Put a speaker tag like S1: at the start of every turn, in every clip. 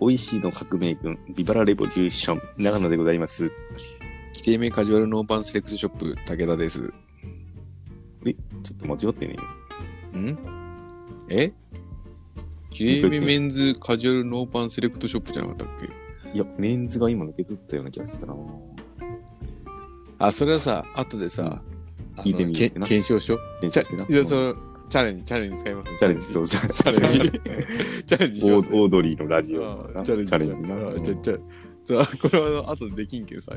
S1: 美味しいの革命軍、ビバラレボリューション、長野でございます。
S2: 規定名カジュアルノーパンセレクトショップ、武田です。ん
S1: ちょっと間違ってね。
S2: え規定名メンズカジュアルノーパンセレクトショップじゃなかったっけ
S1: いや、メンズが今抜けずったような気がしたな。
S2: あ、それはさ、後でさ、あの
S1: 聞いてみるって
S2: け
S1: な
S2: 検証しよう。
S1: 検証してな
S2: じゃあ、その、チャレンジ、チャレンジ使います。
S1: チャレンジ、そう、チ
S2: チャ
S1: ャ
S2: レンジ
S1: チ。
S2: チャレンジし
S1: オ
S2: ます。
S1: ーオードリーのラ
S2: チ
S1: ジオな。
S2: ャレンジ。
S1: チャレンジな。
S2: あじゃあじゃあそうこれはあの後でできんけどさ、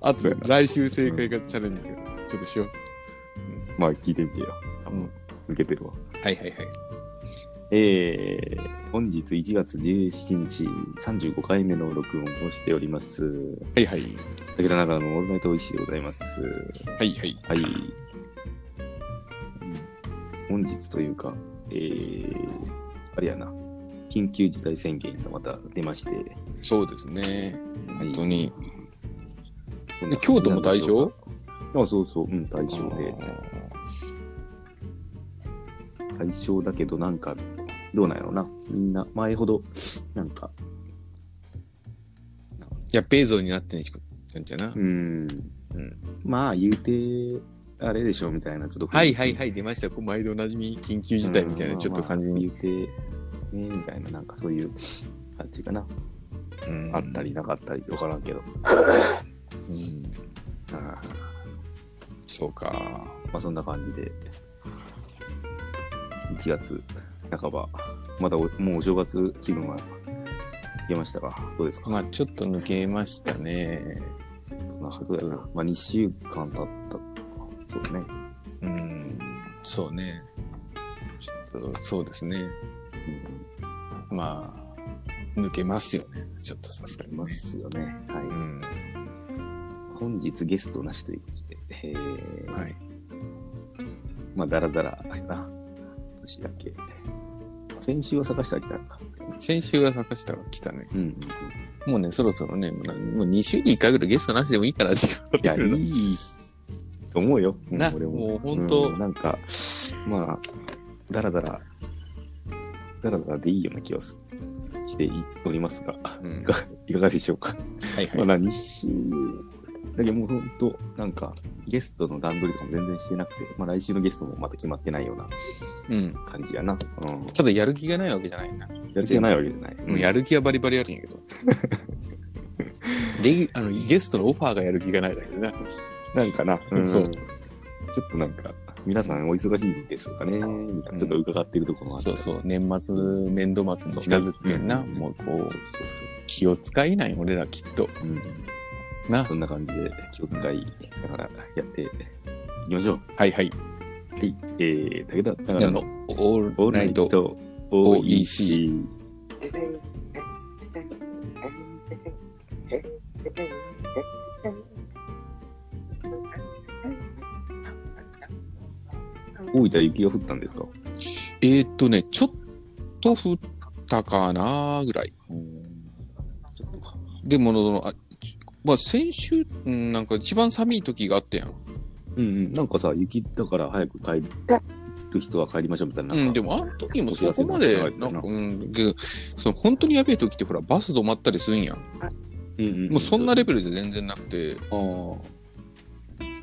S2: あと
S1: そうやな
S2: 来週正解がチャレンジ、ちょっとしよう。
S1: まあ、聞いてみてよ。多分、抜けてるわ。
S2: はいはいはい。
S1: えー、本日1月17日、35回目の録音をしております。
S2: はいはい。
S1: 武田長野のオールナイト美味しいでございます。
S2: はいはい。
S1: はい。本日というか、えー、あれやな、緊急事態宣言がまた出まして、
S2: そうですね。
S1: い
S2: 本当に。
S1: どんな感じなんでしょうか
S2: 京都も対象
S1: あ、そうそう、うん、対象で。対象だけど、なんか、どうなんやろな。みんな、前ほど、なんか、
S2: やっべえぞになってね、ちこなんちゃな
S1: う。ん、
S2: うん
S1: まあ、言うて、あれでしょ、みたいな、ちょっと。
S2: はいはいはい、出ました。こう毎度おなじみ緊急事態みたいな、ちょっと感じに、
S1: に言うて、ね、みたいな、なんかそういう感じかな。
S2: うん
S1: あったり。なかったり、わからんけど。
S2: うん
S1: あー
S2: そうか。
S1: まあそんな感じで、1月半ば、まだおもうお正月気分は出ましたかどうですか、
S2: まあちょっと抜けましたね。
S1: なんかそうやな。まあ2週間経ったか。そうね。
S2: うん。そうね。ちょっと、そうですね。
S1: うん
S2: まあ、抜けますよね。ちょっとさすが
S1: い
S2: に
S1: ま
S2: ね。
S1: すよね。
S2: う
S1: は
S2: ん。
S1: い。本日ゲストなしということで、えー
S2: はい。
S1: まあだらだら、あれな、年だけ。先週は探したら来たんか。
S2: 先週は坂下が来たね。
S1: うんうんうん。
S2: もうね、そろそろね、もうなもう2週に1回ぐらいゲストなしでもいいから、時間
S1: いや、いいと思うよ。うん
S2: な
S1: 俺
S2: もう本当
S1: んなんか、まあ、だらだら、だらだらでいいような気がすしておりますが、
S2: うん
S1: いかいかがでしょうか。
S2: はい
S1: まあ、
S2: は。
S1: 何週、だけどもう本当、なんか、ゲストの段取りとかも全然してなくて、まあ、来週のゲストもまた決まってないようない
S2: うん。
S1: 感じやな。うん。
S2: ただやる気がないわけじゃないな。
S1: やる気がないわけじゃない。
S2: もうやる気はバリバリあるん やけど。レギあのゲストのオファーがやる気がないだけどな。
S1: なんかな、うん
S2: そう
S1: ちょっとなんか、皆さんお忙しいんですかね、みたいな、ちょっと伺っているところがあった
S2: そ
S1: り
S2: うそう、年末、年度末に近づくけんな。
S1: そうねうん
S2: もうこう、
S1: そうそう。
S2: 気を使いない、俺らきっと。な。
S1: そんな感じで気を使いながらやっていきましょう。
S2: はいはい。
S1: はい。えー、武田
S2: あ
S1: 長野、
S2: のオー
S1: オー
S2: ル
S1: ル
S2: ナ
S1: ナイ
S2: イト。
S1: ト
S2: OEC
S1: OEC。大分雪が降ったんですか
S2: えーっとね、ちょっと降ったかなぐらい。
S1: ちょっとか。
S2: でものの、あまあ、先週、うんなんか一番寒い時があったやん。
S1: うんうん。なんかさ、雪だから早く帰る人は帰りましょうみたいな。
S2: う
S1: なん
S2: ん、
S1: か
S2: でもあの時もそこまで
S1: お知らせが、なん
S2: な
S1: ん
S2: か、
S1: か
S2: うん、けどその本当にやべえ時ってほら、バス止まったりするんやん。
S1: うんうん、
S2: もうそんなレベルで全然なくて、
S1: あー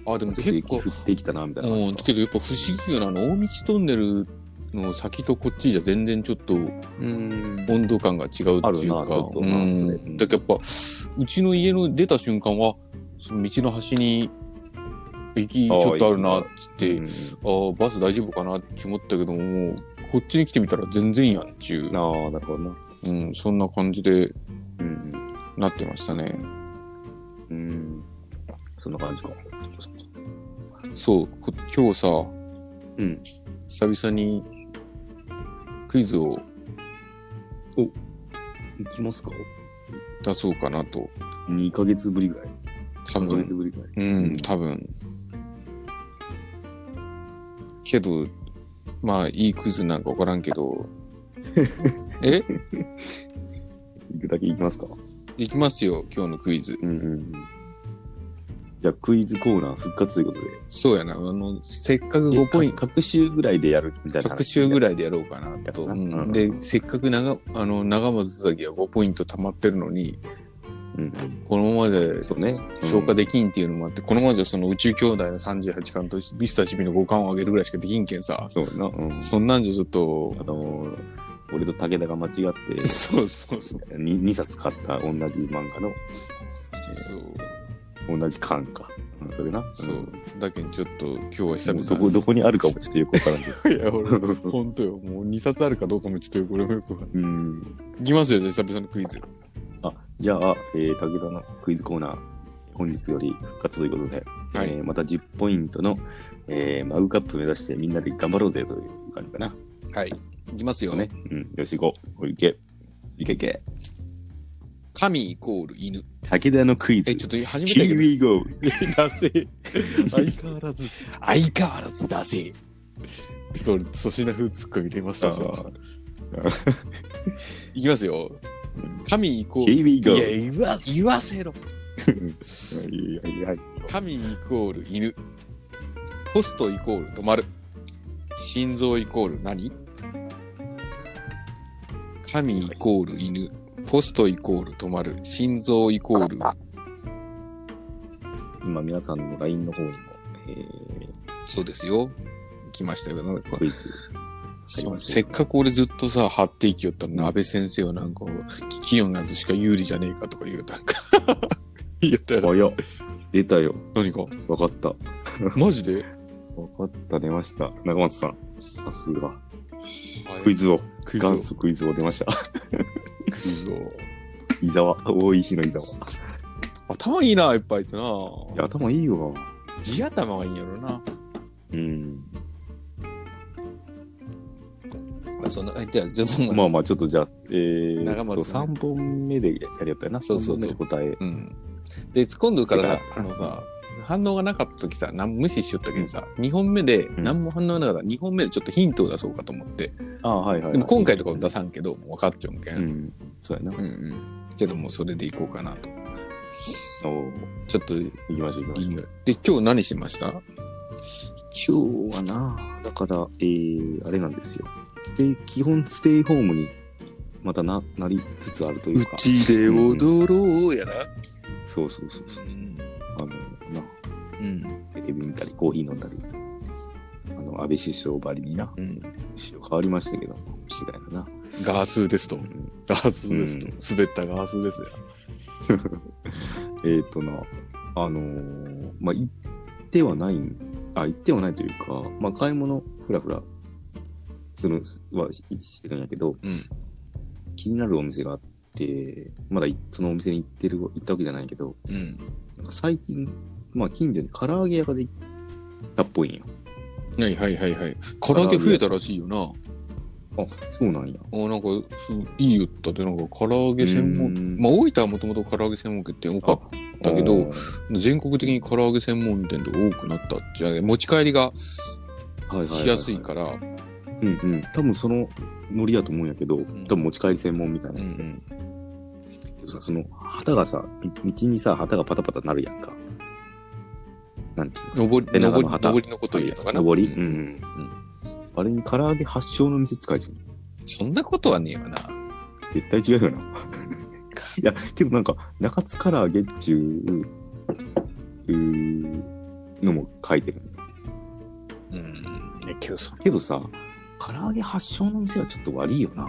S2: あ、でも
S1: ちょっと
S2: 結
S1: 雪
S2: 構
S1: 降、ってきたなみたいな
S2: うん、
S1: 感じか。
S2: けどやっぱ不思議よな、あの、大道トンネルの先とこっちじゃ全然ちょっと
S1: うん。
S2: 温度感が違うっていう
S1: あるな
S2: か
S1: ちょっ、と
S2: う
S1: なそれ
S2: ん、だけどやっぱ、うちの家の出た瞬間は、その道の端に、駅ち
S1: あー
S2: ょっとあるな、っつって、
S1: うん
S2: あーバス大丈夫かなって思ったけども、もうこっちに来てみたら全然やんちゅう。
S1: ああ、なるほどな。
S2: うん、そんな感じで
S1: うんうん。
S2: なってましたね。
S1: うん。そんな感じか。
S2: そう、こ今日さ、
S1: うん。
S2: 久々にクイズを
S1: 行きますか
S2: 出そうかなと。
S1: 2ヶ月ぶりぐらい。3ヶ
S2: 多分
S1: 月、ぶりぐらい。
S2: うん、多分。けど、まあ、いいクイズなんかわからんけど。え
S1: 行くだけ行きますか
S2: いきますよ、今日のクイズ。
S1: うんうん。じゃあクイズコーナー復活ということで。
S2: そうやな、あの、せっかく5ポイン
S1: え
S2: ト、
S1: か各週ぐらいでやるみたいな話。
S2: 100週ぐ
S1: らい。
S2: らいでやろうかなと。
S1: う
S2: うんん、で、せっかく長、あの、長松崎は5ポイント溜まってるのに、
S1: うん。
S2: このままで
S1: そうね。
S2: 消化できんっていうのもあって、このままじゃその宇宙兄弟の38巻とビスタチビの5巻を上げるぐらいしかできんけんさ
S1: うん。そうやな。うん。
S2: そんなんじゃちょっと
S1: あ、のー、俺と武田が間違って
S2: そうそうそう。
S1: 2, 二冊買った同じ漫画の
S2: そう
S1: 同じ巻か。うんそれな。
S2: そ
S1: ん
S2: う。だけどちょっと今日は久
S1: も
S2: 々
S1: うどこ、どこにあるかもちょっとよくわからんけど。
S2: いや、俺、ほんとよ。もう2冊あるかどうかもちょっとよく俺もよくわかんな い。
S1: うん。
S2: いきますよ、じゃあ久々のクイズ。
S1: あ、じゃあ、えー、武田のクイズコーナー、本日より復活ということで、
S2: はい
S1: えーまた10ポイントの、えーマグカップ目指してみんなで頑張ろうぜという感じかな。
S2: はい。いきますよ。
S1: ね。うん。よし、行こう。おいけ。いけいけ。
S2: 神イコール犬。
S1: 武田のクイズ。
S2: え、ちょっと初めてや
S1: Here
S2: け
S1: we go!
S2: ど。ダセえ。相変わらず、相変わらずダセえ。ちょっと俺、粗品風ツッコミ入れました
S1: あ
S2: わ。 いきますよ。神イコール。
S1: Here we go!
S2: いや、言わ、言わせろ。
S1: いやいやいや
S2: 神イコール犬。ホストイコール止まる。心臓イコール何神イコール犬。ポストイコール止まる。心臓イコール
S1: 今皆さんの LINE の方にも、え
S2: そうですよ。来ましたよ。なんか
S1: ー、クイズ。
S2: そうせっかく俺ずっとさ、張っていきよったのに、安倍先生はなんか、聞きよんやつしか有利じゃねえかとか言うたんか。 言ったよ。
S1: 早っ。出たよ。
S2: 何か
S1: わかった。わ
S2: マジで
S1: かった、出ました。中松さん。さすが。クイズ王。
S2: クイズを
S1: 元祖クイズ王出ました。
S2: クイズを。
S1: 伊沢。大石の伊沢。
S2: 頭いいな、やっぱあいつな。
S1: いや、頭いいよ。
S2: 地頭がいいんやろな。
S1: うん。
S2: まあ、そんな、えじゃあ、じゃあ、そんな、
S1: まあまあ、ちょっとじゃあ、え
S2: 中
S1: ー、
S2: 松
S1: と3本目でやりよったよな。
S2: そうそうそう
S1: 三本目の答
S2: うん。で、今度から
S1: だ
S2: さ
S1: か、ら
S2: あのさ、反応がなかった時さ、なん無視しよったけどさ、2本目で、
S1: ん
S2: 何も反応がなかったら、2本目でちょっとヒントを出そうかと思って。
S1: え。ああ、はいはい。
S2: でも今回とかは出さんけど、もう分かっちゃうんけん。
S1: うん。そうやな。
S2: うんうん。けどもうそれでいこうかなと。
S1: おお。
S2: ちょっといい
S1: 行きましょう行きましょう。
S2: で、今日何しました
S1: 今日はな、だから、えー、あれなんですよ。ステイ、基本ステイホームに、またな、なりつつあるというか。
S2: ちでろうやな。
S1: そうそうそうそう。あの、な、
S2: うん。
S1: テレビ見たり、コーヒー飲んだり、あの、安倍首相ばりにな、
S2: うん。
S1: 変わりましたけど、次第だな。
S2: ガースーですと。ガースーです
S1: う
S2: と。滑ったガースーですよ。
S1: えー、とな、あのーまあ、行ってはないん、あ、行ってはないというか、まあ、買い物、ふらふら、する、はししてるんやけど、
S2: うん
S1: 気になるお店があって、まだいそのお店に行ってる、行ったわけじゃないけど、
S2: うん。
S1: なんか最近、まあ、近所に唐揚げ屋ができたっぽいんや。
S2: はいはいはいはい。唐揚げ増えたらしいよな。
S1: あ、そうなんや。
S2: あなんかそういいよったでなんか唐揚げ専門
S1: うん
S2: まあ大分はもともと唐揚げ専門店って多かっだけど
S1: あー、
S2: た全国的に唐揚げ専門店が多くなったじゃあ持ち帰りが
S1: はいはいはいはい
S2: しやすいから
S1: うんうん。多分そのノリだと思うんやけど、
S2: ん
S1: 多分持ち帰り専門みたいな
S2: うん
S1: や
S2: う
S1: つで。
S2: ん
S1: けどさその旗がさみ道にさ旗がパタパタなるやんかなんていうの
S2: 上り
S1: で長野
S2: 上り
S1: 旗
S2: 上りのこと言うのかな
S1: 上り
S2: う
S1: うんん、あれに唐揚げ発祥の店使えちゃう
S2: そんなことはねえよな
S1: 絶対違うよ ないやけどなんか中津唐揚げっちゅううーのも書いてる
S2: うんけどそ
S1: けどさ唐揚げ発祥の店はちょっと悪いよな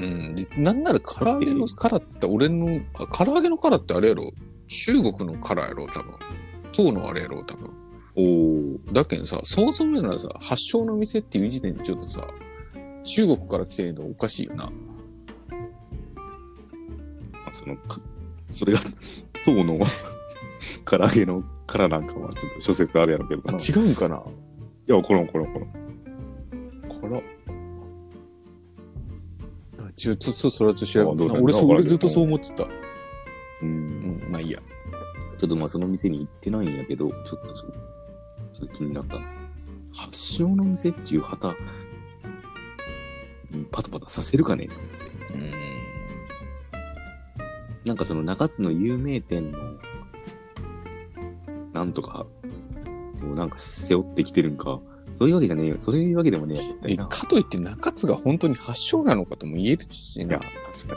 S2: うんでなんなら唐揚げの殻って言ったら俺のあ唐揚げの殻ってあれやろ中国の殻やろ多分唐のあれやろ多分
S1: おお
S2: だけどさ、そもそもならさ、発祥の店っていう時点でちょっとさ、中国から来てるのおかしいよな。
S1: そのかそれが当の 唐揚げの殻なんかはちょっと諸説あるやろうけどな
S2: うんかない
S1: や、わからん、わからん、わからん。から
S2: ちょっと、ちょっとそれはちょっ
S1: あどう
S2: と調べて
S1: だ
S2: な
S1: ろう
S2: 俺そ
S1: わか
S2: 俺
S1: らんけど
S2: ずっとそう思ってた。
S1: う。
S2: うんん、まあいいや。
S1: ちょっとまあ、その店に行ってないんやけど、ちょっとそう、それ気になったな。発祥の店っていう旗、うんパタパタさせるかね
S2: うん。
S1: なんかその中津の有名店の、なんとか、もうなんか背負ってきてるんか、そういうわけじゃねえよ。そういうわけでもねえよ。みたい
S2: え
S1: な
S2: かといって中津が本当に発祥なのかとも言えるし
S1: い
S2: な
S1: や、確か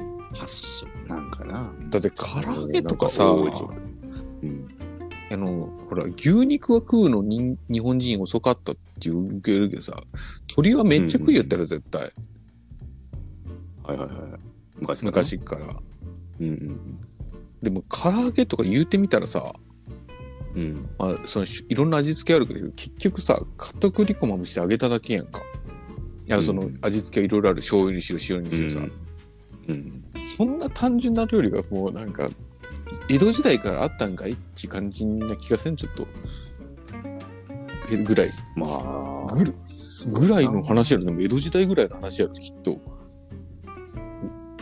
S1: にな。発祥なんかな。
S2: だって唐揚げとかさ、
S1: なん多いじゃんうん。
S2: あの、ほら、牛肉は食うのに日本人遅かったっていう受けるけどさ、鳥はめっちゃ食いよったら絶対、
S1: はいはいはい。昔から。。
S2: 昔から。
S1: うんうん
S2: でも、唐揚げとか言うてみたらさ、
S1: うん。うん。
S2: まあ、そのしいろんな味付けあるけど、結局さ、片栗粉まぶして揚げただけやんか。いや、
S1: うん
S2: その味付けはいろいろある。醤油にしろ、塩にしろさ、
S1: うん。
S2: そんな単純な料理がもうなんか、江戸時代からあったんかいって感じな気がせん、ちょっと。えぐらい。
S1: まあ、
S2: ぐるぐらいの話やろ。でも江戸時代ぐらいの話やろ、きっと。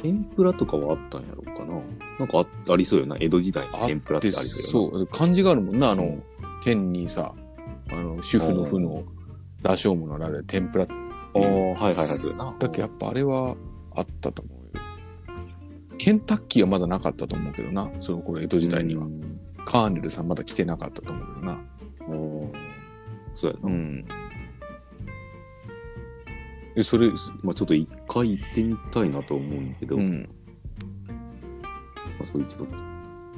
S1: 天ぷらとかはあったんやろうかな。なんかあありそうよな。江戸時代に天ぷらってあ
S2: で、
S1: りそうよ
S2: そう。漢字があるもんな、あ
S1: う
S2: の
S1: ん、
S2: 天にさ、あの、主婦の婦の、羅生門のらで天ぷらって
S1: な。
S2: いう
S1: ああ、はいはいはい。そうやな
S2: だけどやっぱあれはあったと思うよ。ケンタッキーはまだなかったと思うけどな、その頃江戸時代には。
S1: うん
S2: カーネルさんまだ来てなかったと思うけどな。
S1: おーそうやな。
S2: ん。え、それ、
S1: まあちょっと一回行ってみたいなと思うんだけど、
S2: う
S1: ま
S2: ん。
S1: あそういうちょっと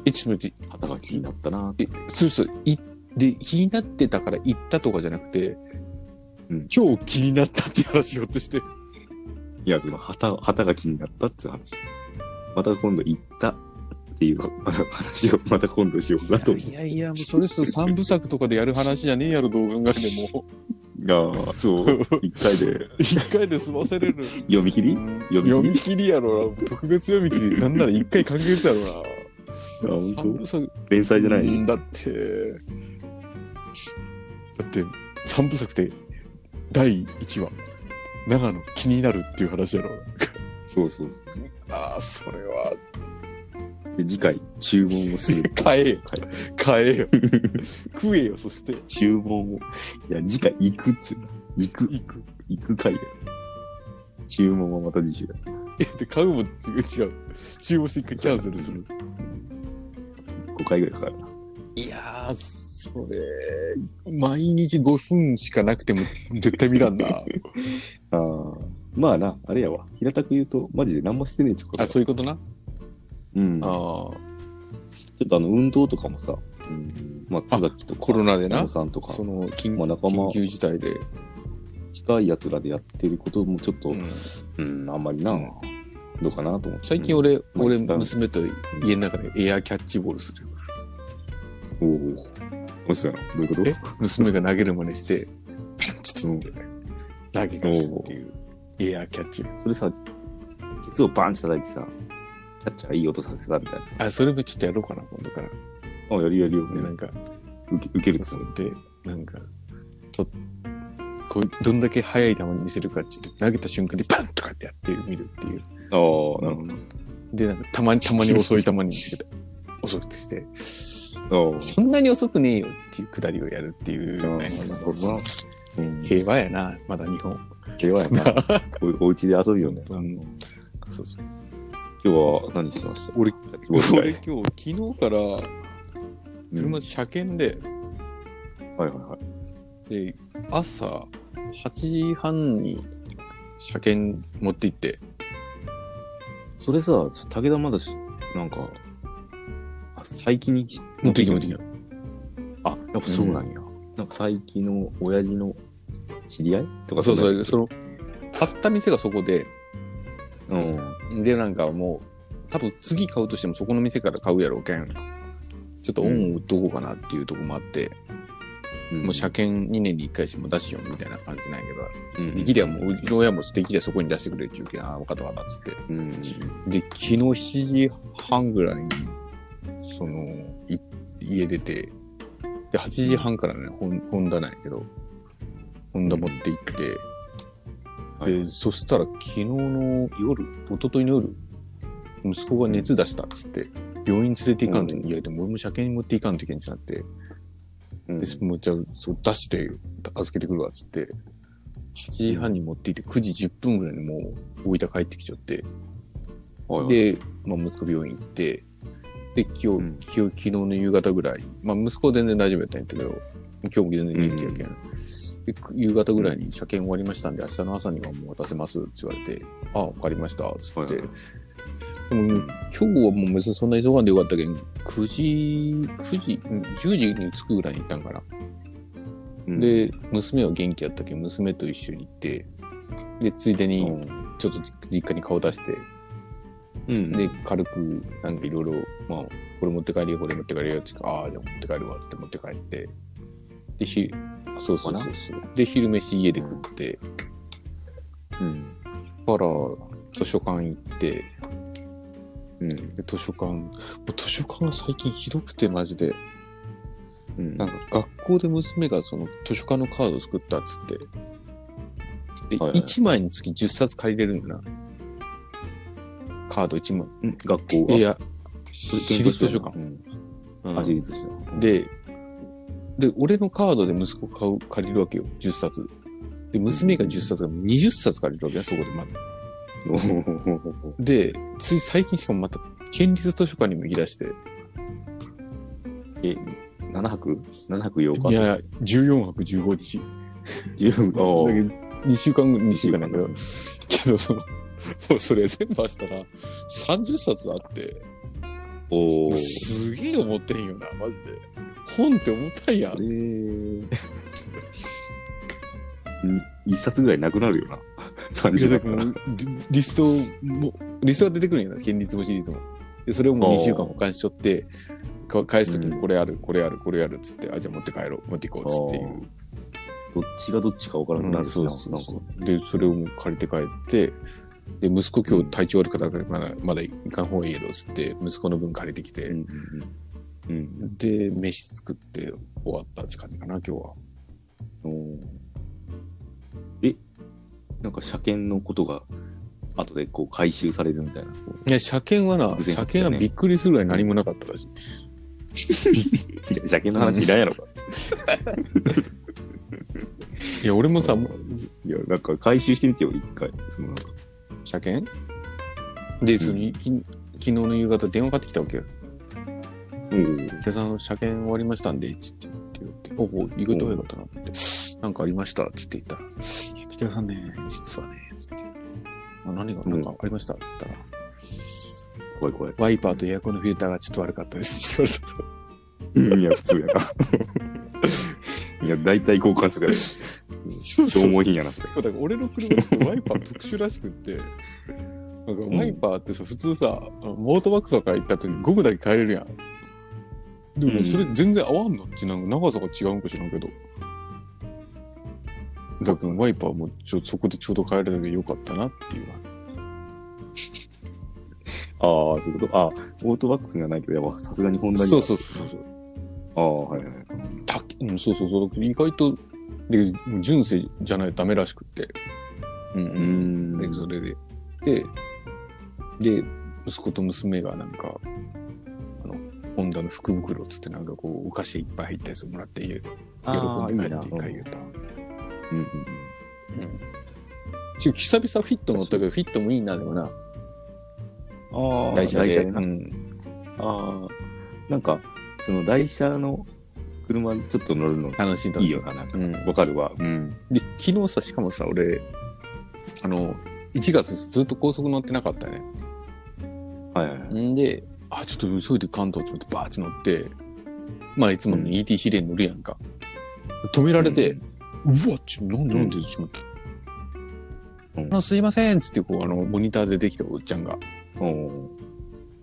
S2: え、ちょっと待って、
S1: 旗が気になったな。
S2: え、そうそう、い、で、気になってたから行ったとかじゃなくて、
S1: うん
S2: 今日気になったっていう話をとして。
S1: いや、その旗、旗が気になったっていう話。また今度行ったっていうまた話をまた今度しようかなと思う。
S2: いやいや、もうそれさ、三部作とかでやる話じゃねえやろ、動画がでも。
S1: いやーそう。一回で
S2: 一回で済ませれる。
S1: 読み切り読み
S2: 読
S1: 切
S2: み
S1: り
S2: 切りやろな特別読み切りなんなら一回完結やろ
S1: あ
S2: な
S1: 本当
S2: 三部作
S1: 連載じゃない、
S2: うんだってだって三部作で第1話長野気になるっていう話やろ
S1: そうそうそう。
S2: ああそれは
S1: で、次回、注文をする。
S2: 買えよ
S1: は
S2: 買えよ食えよそして
S1: い 注文を。いや、次回行くっつうな行く、
S2: 行く
S1: 行く回や。注文はまた次週だ。
S2: えで買うも違う違う注文して一回キャンセルする
S1: 5回ぐらいかかるな。
S2: いやー、それ、毎日5分しかなくても絶対見らんな。
S1: あーまあな、あれやわ。平たく言うと、マジで何もしてねえってこと
S2: あ、
S1: だ
S2: そういうことな。
S1: うん。ち
S2: あ
S1: ょ
S2: あ、
S1: っとあの、運動とかもさ、うん、まあ、津崎とか、
S2: コロナで
S1: ナ
S2: な
S1: オ。さんとか、
S2: その緊
S1: まあ仲間
S2: 緊急事態で、
S1: 近い奴らでやってることもちょっと、うん、
S2: うん
S1: あんまりな、
S2: うん
S1: どうかなと思って。
S2: 最近俺、
S1: まあ
S2: 俺
S1: 一旦
S2: 娘と家の中でエアキャッチボールするよ
S1: うん、おお。どうしたのどういうこと
S2: え娘が投げる真似してパンチとって投げ返すっていうエアキャッチ
S1: それさ、ケツをバーンって叩いてさ、キャッチャーいい音させたみたいなやつ。
S2: あそれもちょっとやろうかな今度から
S1: あ、やるやるよ。
S2: でなんか
S1: 受け受けると
S2: そ
S1: さ
S2: う。でなんかとこうどんだけ速い球に見せるかって言って投げた瞬間にパンとかってやってみるっていう
S1: ああ、なるほど。
S2: でなんかたまにたまに遅い球に遅くてして
S1: ああ、
S2: そんなに遅くねえよっていうくだりをやるっていう。
S1: なるほどな。うん、
S2: 平和やな、まだ日本。
S1: 平和や な。おお家で遊びよね。
S2: うんそうそう
S1: 今日は何してました
S2: 俺、
S1: キャッチボール以
S2: 俺今日、昨日から
S1: 外
S2: 車で車検で、
S1: うんはいはいはい。
S2: で朝8時半に車検持って行って、
S1: それさ、武田まだし、なんか、あ最近にし、
S2: た。
S1: あ、やっぱそうなんや。なんか最近の親父の知り合いとか
S2: そうそ
S1: んな
S2: う、
S1: やつ
S2: その、買った店がそこで、
S1: うん。
S2: でなんかもう、多分次買うとしてもそこの店から買うやろうけん。ちょっと恩を売っとこうかなっていうとこもあって、
S1: うん
S2: もう車検2年に1回しも出しようみたいな感じなんやけど、
S1: うん
S2: できりゃもう、うちの親もできりゃそこに出してくれるっていうけど、ああ、分かった分かったっつって。
S1: うん。
S2: で、昨日7時半ぐらいに、その、い家出て、で、8時半からね、本本棚やけど、本棚持って行って、
S1: はい
S2: で、そしたら昨日の夜、一昨日の夜、息子が熱出したっつって、病院連れて行かんときに、いや、でも俺も車検に持って行かんといけんってなって、
S1: うん
S2: で、もうじゃあ、そう出して預けてくるわっつって、8時半に持っていって9時10分ぐらいにもう大分帰ってきちゃって、
S1: はいはい
S2: で、まあ、息子病院行って、で、今日、
S1: ん
S2: 今日、昨日の夕方ぐらい、まあ、息子全然大丈夫やったんやけど、今日も全然元気やけん。でく夕方ぐらいに車検終わりましたんで、明日の朝にはもう渡せますって言われて、ああ、わかりました、つって。
S1: はいはい
S2: でも、今日はもう別にそんな急がんでよかったけん、9時、9時、うん10時に着くぐらいに行ったんかな。
S1: うん、
S2: で、娘は元気やったけん、娘と一緒に行って、で、ついで
S1: う
S2: に
S1: ん、
S2: ちょっと実家に顔出して、
S1: うん、
S2: で、軽く、なんかいろいろ、まあ、これ持って帰りよ、これ持って帰りよって言うから、ああ、じゃあ持って帰るわって持って帰って、で、ひ、そうそうそうそう。で、昼飯家で食って、
S1: うん、
S2: から、図書館行って、
S1: うん、
S2: で、図書館、もう図書館が最近ひどくて、マジで。
S1: うん、
S2: なんか、学校で娘がその図書館のカード作ったっつって、で、
S1: はいはい
S2: 1枚につき10冊借りれるんだな。カード1枚。
S1: うん学校
S2: い
S1: が、
S2: や、
S1: それ
S2: 私立図書館。
S1: うん、
S2: うん
S1: あ、私立図書館。
S2: で、で、俺のカードで息子買う、借りるわけよ、10冊。で、娘が10冊が20冊借りるわけね、そこでまた。
S1: おー
S2: で、つい最近しかもまた、県立図書館にも行き出して、
S1: え、7泊 ?7 泊8日
S2: いや、14泊15日。
S1: 10
S2: だ
S1: あ
S2: け
S1: ー
S2: ど2週間ぐらい、2週間だけど、けどその、もうそれ全部出したら、30冊あって、
S1: お
S2: も
S1: ー
S2: うすげえ思ってんよな、マジで。本って重たいや
S1: あ
S2: ん
S1: れ。ー い一冊ぐらいなくなるよな。
S2: いや
S1: 30だ
S2: だ
S1: っ
S2: か
S1: た
S2: ら
S1: ら。
S2: もうリリストもリストが出てくるんやな県立もシリーズもでそれをもう2週間保管しとってか返す時
S1: う
S2: に
S1: ん
S2: これある、これあるこれあるっつってあじゃあ持って帰ろう持っていこうっつっていう
S1: どっちがどっちか分からなくな
S2: うん
S1: るし
S2: そ
S1: な
S2: うそうそうでそれをもう借りて帰ってで息子今日体調悪かったからまだまだ行かん方がいいやろっつって息子の分借りてきて、
S1: うんうんうん。
S2: で飯作って終わったって感じかな今日は
S1: うんおーえ、なんか車検のことが後でこう回収されるみたいな。こう
S2: いや車検はな、
S1: 偶然
S2: 車
S1: ですよね
S2: 検はびっくりするぐらい何もなかったらしい
S1: じゃ 車検の話いらんや ろか。
S2: いや俺もさ、もう
S1: いや、なんか回収してみてよ、一回。そのなんか。
S2: 車検で、そのき昨日の夕方電話かかってきたわけよ。
S1: おー
S2: 手さん車検終わりましたんで、ちって言って、おお、意外と早かったなって、なんかありましたって言って言ったら、いや、竹田さんね、実はね、つって、あ何が、なんかありましたって言ったら、
S1: 怖い怖い。
S2: ワイパーとエアコンのフィルターがちょっと悪かった ですって言われ
S1: うんいや、普通やな。 いや、大体交換する やつ。
S2: た。そう
S1: どうもいいんやな、それ
S2: し。かもなんか俺の車ちょっとワイパー特殊らしくって、なんかワイパーってさ、普通さ、あのモートバックとか行った時にゴムだけ変えれるやん。でも
S1: うん
S2: それ全然合わんのっちなんか長さが違うんか知らんけど。だからワイパーもちょそこでちょうど変えれたけどよかったなっていう。
S1: ああ、そういうこと。ああ、オートバックスにはないけど、やっぱさすがにホンダには。
S2: そうそうそうそう。
S1: ああ、はいはい。
S2: たうん、そうそうそう。意外と、で純正じゃないとダメらしくって。うんう
S1: うーん。
S2: で、それで。で、で、息子と娘がなんか、あの、ホンダの福袋っつってなんかこう、お菓子いっぱい入ったやつもらって、喜んで
S1: ああ
S2: 帰って
S1: いいな
S2: 一回言った。
S1: うんうん
S2: うん。ちゅう久々フィット乗ったけど、フィットもいいな、でもな。
S1: うん。ああ、
S2: 台車で。
S1: なあ
S2: うん。
S1: あ、なんか、その台車の車ちょっと乗るの
S2: 楽しいと
S1: い
S2: 思
S1: いよな、なんか。
S2: うん。
S1: わかるわ。うん。
S2: で、昨日さ、しかもさ、俺、あの、1月ずっと高速乗ってなかったよね。
S1: はいはいはい。
S2: んで、あ、ちょっと急いで関東ちょっとバーッて乗って、まあいつもの ETC で乗るやんか。止められて、うわ、ちょ、なんでなんでしまった。
S1: うん
S2: あのすいませんっつって、こう、あの、モニターでできたおっちゃんが、
S1: おお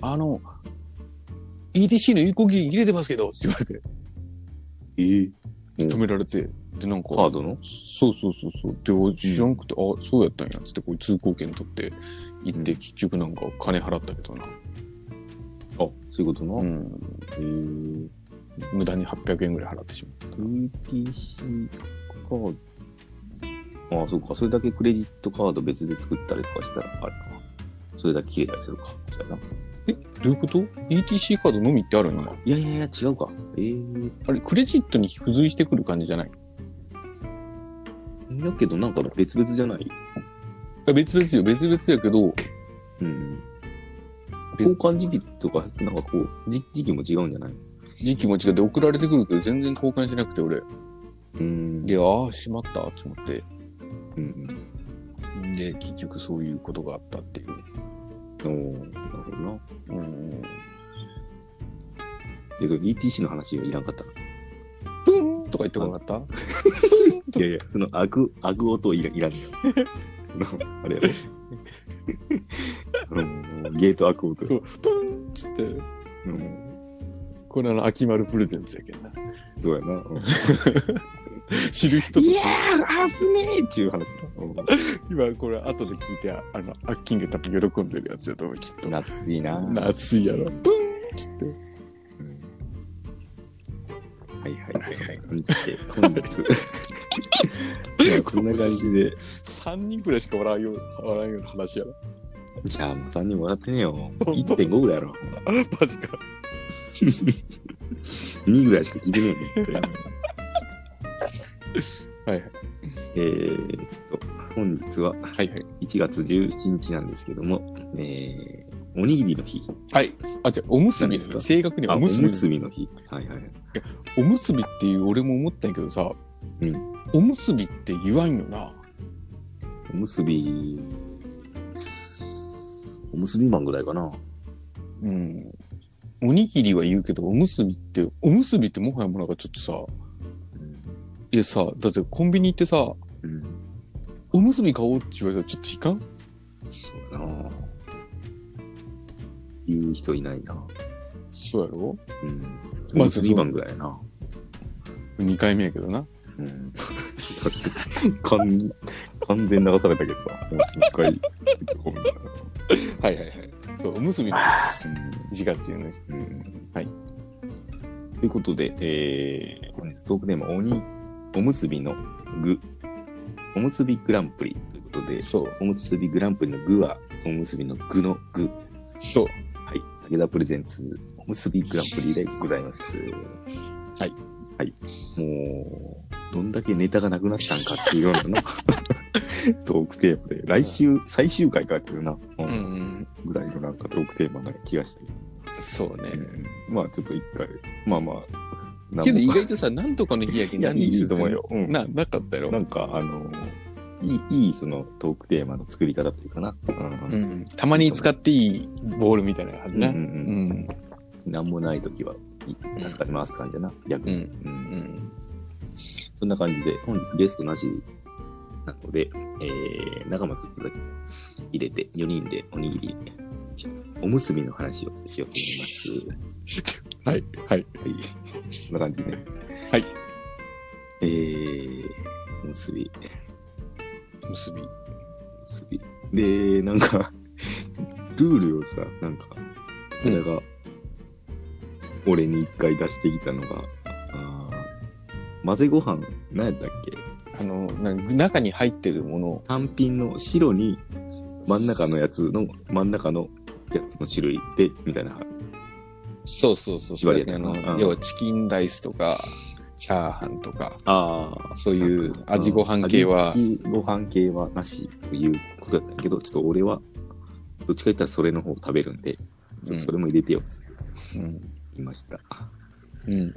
S2: あの、ETC の有効期限切れてますけど、って言われて、
S1: ー。ええうん
S2: 止められて、で、なん
S1: カー
S2: か、
S1: ドの
S2: そうそうそうそう、でお、知らんくて、あ、そうやったんや、つって、こう、通行券取って、行って、
S1: う
S2: 結局なんか、金払ったけどな。
S1: あ、そういうことな。
S2: う
S1: え
S2: ん。
S1: えー。
S2: 無駄に800円ぐらい払ってしまった。
S1: VTC カード。ああ、そうか。それだけクレジットカード別で作ったりとかしたら、あれか。それだけ消えたりするか。そうやな。
S2: え、どういうこと ?ETC カードのみってあるのか
S1: いやいやいや、違うか。ええー。
S2: あれ、クレジットに付随してくる感じじゃない
S1: だけど、なんか別々じゃない。
S2: いや別々よ、別々やけど、
S1: うん。交換時期とか、なんかこう、時時期も違うんじゃない
S2: 時期も違って送られてくるけど全然交換しなくて俺
S1: うーん。
S2: でああしまったと思って
S1: うん
S2: で結局そういうことがあったっていう、
S1: うん。おーなるほどな。
S2: うん、
S1: で、その ETC の話はいらんかったな。
S2: プンとか言ってこなかった
S1: いやいや、その開く、開く音いらいらんよ。あれやろ。うんゲート開く音。
S2: そうプンっつって
S1: うん
S2: これあの秋丸プレゼンツやけんな
S1: そうやな。うん
S2: 知る人と知る
S1: ー、あすねーっていう話だ。
S2: 今これ後で聞いてあのアッキンが多分喜んでるやつやと思うきっと
S1: 夏いな。
S2: 夏いやろプンっつって
S1: はいはいはい。そんな感じで、本日。まあこんな感じで。
S2: 3人くらいしか笑いよう笑いような話やろ
S1: じゃあもう3人もらってねえよ。
S2: 本当
S1: 1.5ぐらいやろ。
S2: マジか
S1: 2ぐらいしか聞いてねえ よ。
S2: はいはい
S1: えーっと、本日は
S2: はいはい
S1: 1月17日なんですけども、えー、おにぎりの日。
S2: はいあじゃあおむすび
S1: 何ですか
S2: 正確には
S1: あ、
S2: お
S1: お
S2: む
S1: む
S2: すび
S1: すびの日。はいはい。
S2: おむすびっていう俺も思ったんやけどさ、
S1: うん
S2: おむすびって言わんよな
S1: おむすび、おむすびマンぐらいかな。
S2: うんおにぎりは言うけどおむすびっておむすびってもはやもうなんかちょっとさいやさだってコンビニ行ってさ
S1: うん。
S2: おむすび買おうって言われたらちょっといかん
S1: そうやな。言う人いないな。
S2: そうやろ
S1: うん。お
S2: まあ
S1: むすびマンぐらいやな。
S2: 2回目やけどな
S1: うん。完完全流されたけどさ、もう一回言ってこうみたいな。
S2: はいはいはいそうおむすびの1月1日
S1: うん
S2: はい。
S1: ということで、えー、本日トークテーマ、おに、おむすびの具、おむすびグランプリということで、
S2: そう
S1: おむすびグランプリの具は、おむすびの具の具。
S2: そう。
S1: はい。武田プレゼンツ、おむすびグランプリでございます。はいはい。もう、どんだけネタがなくなったんかっていうようなの トークテーマで、来週、最終回かっていうな、うん
S2: うんうん
S1: ぐらいのなんかトークテーマな気がして。
S2: そうね
S1: まあちょっと一回、まあまあ。なん
S2: けど意
S1: い
S2: 外とさなんとかの日やけん
S1: や、い
S2: 何
S1: い
S2: 言う
S1: と
S2: て
S1: 思
S2: も
S1: うよ。うん、な
S2: ななかったやろ
S1: んか、あの、いい、いいそのトークテーマの作り方というかな。うん。
S2: うんうんたまに使っていいボールみたいな感じ
S1: うんう
S2: ね。うんん。
S1: うん。なんもないときは、い助かります感じだな、逆
S2: う
S1: に、
S2: ん。
S1: うん
S2: うん。
S1: そんな感じで、本日ゲストなしなので、えー、仲間つつだけ入れて、4人でおにぎり、じゃおむすびの話をしようと思います。
S2: はい。はい。
S1: はい。そんな感じね。
S2: はい。
S1: えー、おむすび。
S2: 結び。
S1: すげえで、なんか、ルールをさ、なんか、
S2: う
S1: 武
S2: ん
S1: 田が、俺に一回出してきたのが、あー混ぜご飯、何やったっけ
S2: あの、なん中に入ってるもの。
S1: 単品の白に真ん中のやつの、真ん中のやつの種類で、みたいな。
S2: そうそうそう。
S1: 縛
S2: そ
S1: り
S2: う
S1: やった
S2: あ
S1: な
S2: の
S1: うん
S2: 要はチキンライスとか、チャーハンとか、
S1: ああ。
S2: そういう味ご飯系は
S1: 味付きご飯系はなしということだったけど、ちょっと俺は、どっちか言ったらそれの方を食べるんで、ちょっとそれも入れてよ、って
S2: うん。
S1: 言いました。
S2: うん。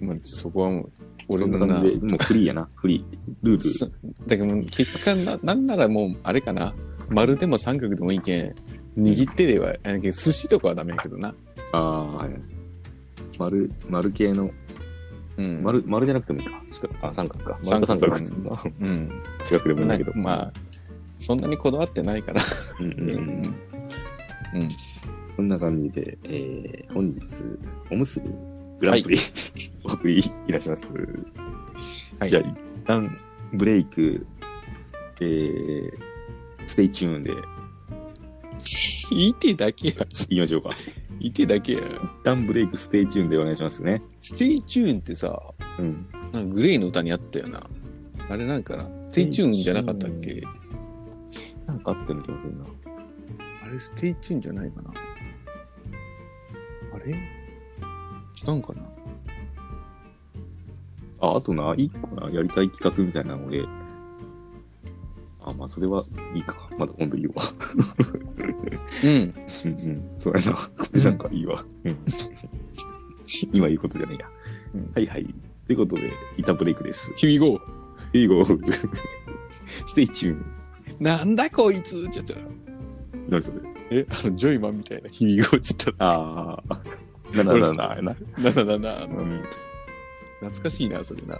S2: まあ、そこはもう、俺
S1: そんな
S2: のな
S1: 感。じで、もうフリーやな、フリー。ルー
S2: そだけどもう結果な、なんならもう、あれかな。丸でも三角でもいいけん。握ってでは、あれけど寿司とかはダメやけどな。
S1: ル。ああ、はい。丸、丸系の、
S2: うん。
S1: 丸、丸じゃなくてもいいか。四角あ、三角か。丸か三
S2: 三
S1: 角
S2: 角
S1: か。うん
S2: うん。
S1: 四角でもいいんだけど。
S2: まあ、そんなにこだわってないから。
S1: うんうんうん。
S2: うん。
S1: そんな感じで、えー、本日、おむすびグランプリ、 お送りいたします。
S2: はい
S1: じゃあ、一旦、ブレイク、えー、ステイチューンで
S2: いてだけや。
S1: 言いましょうか。
S2: いてだけや。
S1: 一旦ブレイク、ステイチューンでお願いしますね。
S2: ステイチューンってさ、
S1: うん。
S2: なんかグレイの歌にあったよな。あれなんかな。ステイチューンじゃなかったっけ
S1: なんかあったような気もするな。
S2: あれステイチューンじゃないかな。あれ違うんかな。
S1: あ、あとな、一個な、やりたい企画みたいなの俺、あんまあ、それはいいか。まだ今度いいわ。
S2: うん。
S1: うんうん。そうやな。小手さんか、いいわ。うん。今言うことじゃねえや。
S2: うん
S1: はいはい。ということで、板ブレイクです。
S2: 君ご
S1: いいご。Stay tuned。
S2: なんだこいつちょっと。
S1: 何それ
S2: え、あの、ジョイマンみたいな君ごっつったら。
S1: ああ。ななななな。
S2: なななな、
S1: うん。
S2: 懐かしいな、それな。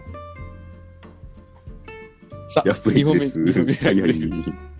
S2: さあ、
S1: やっぱり
S2: 二本
S1: で
S2: 目
S1: す。
S2: 二本目
S1: はいはい。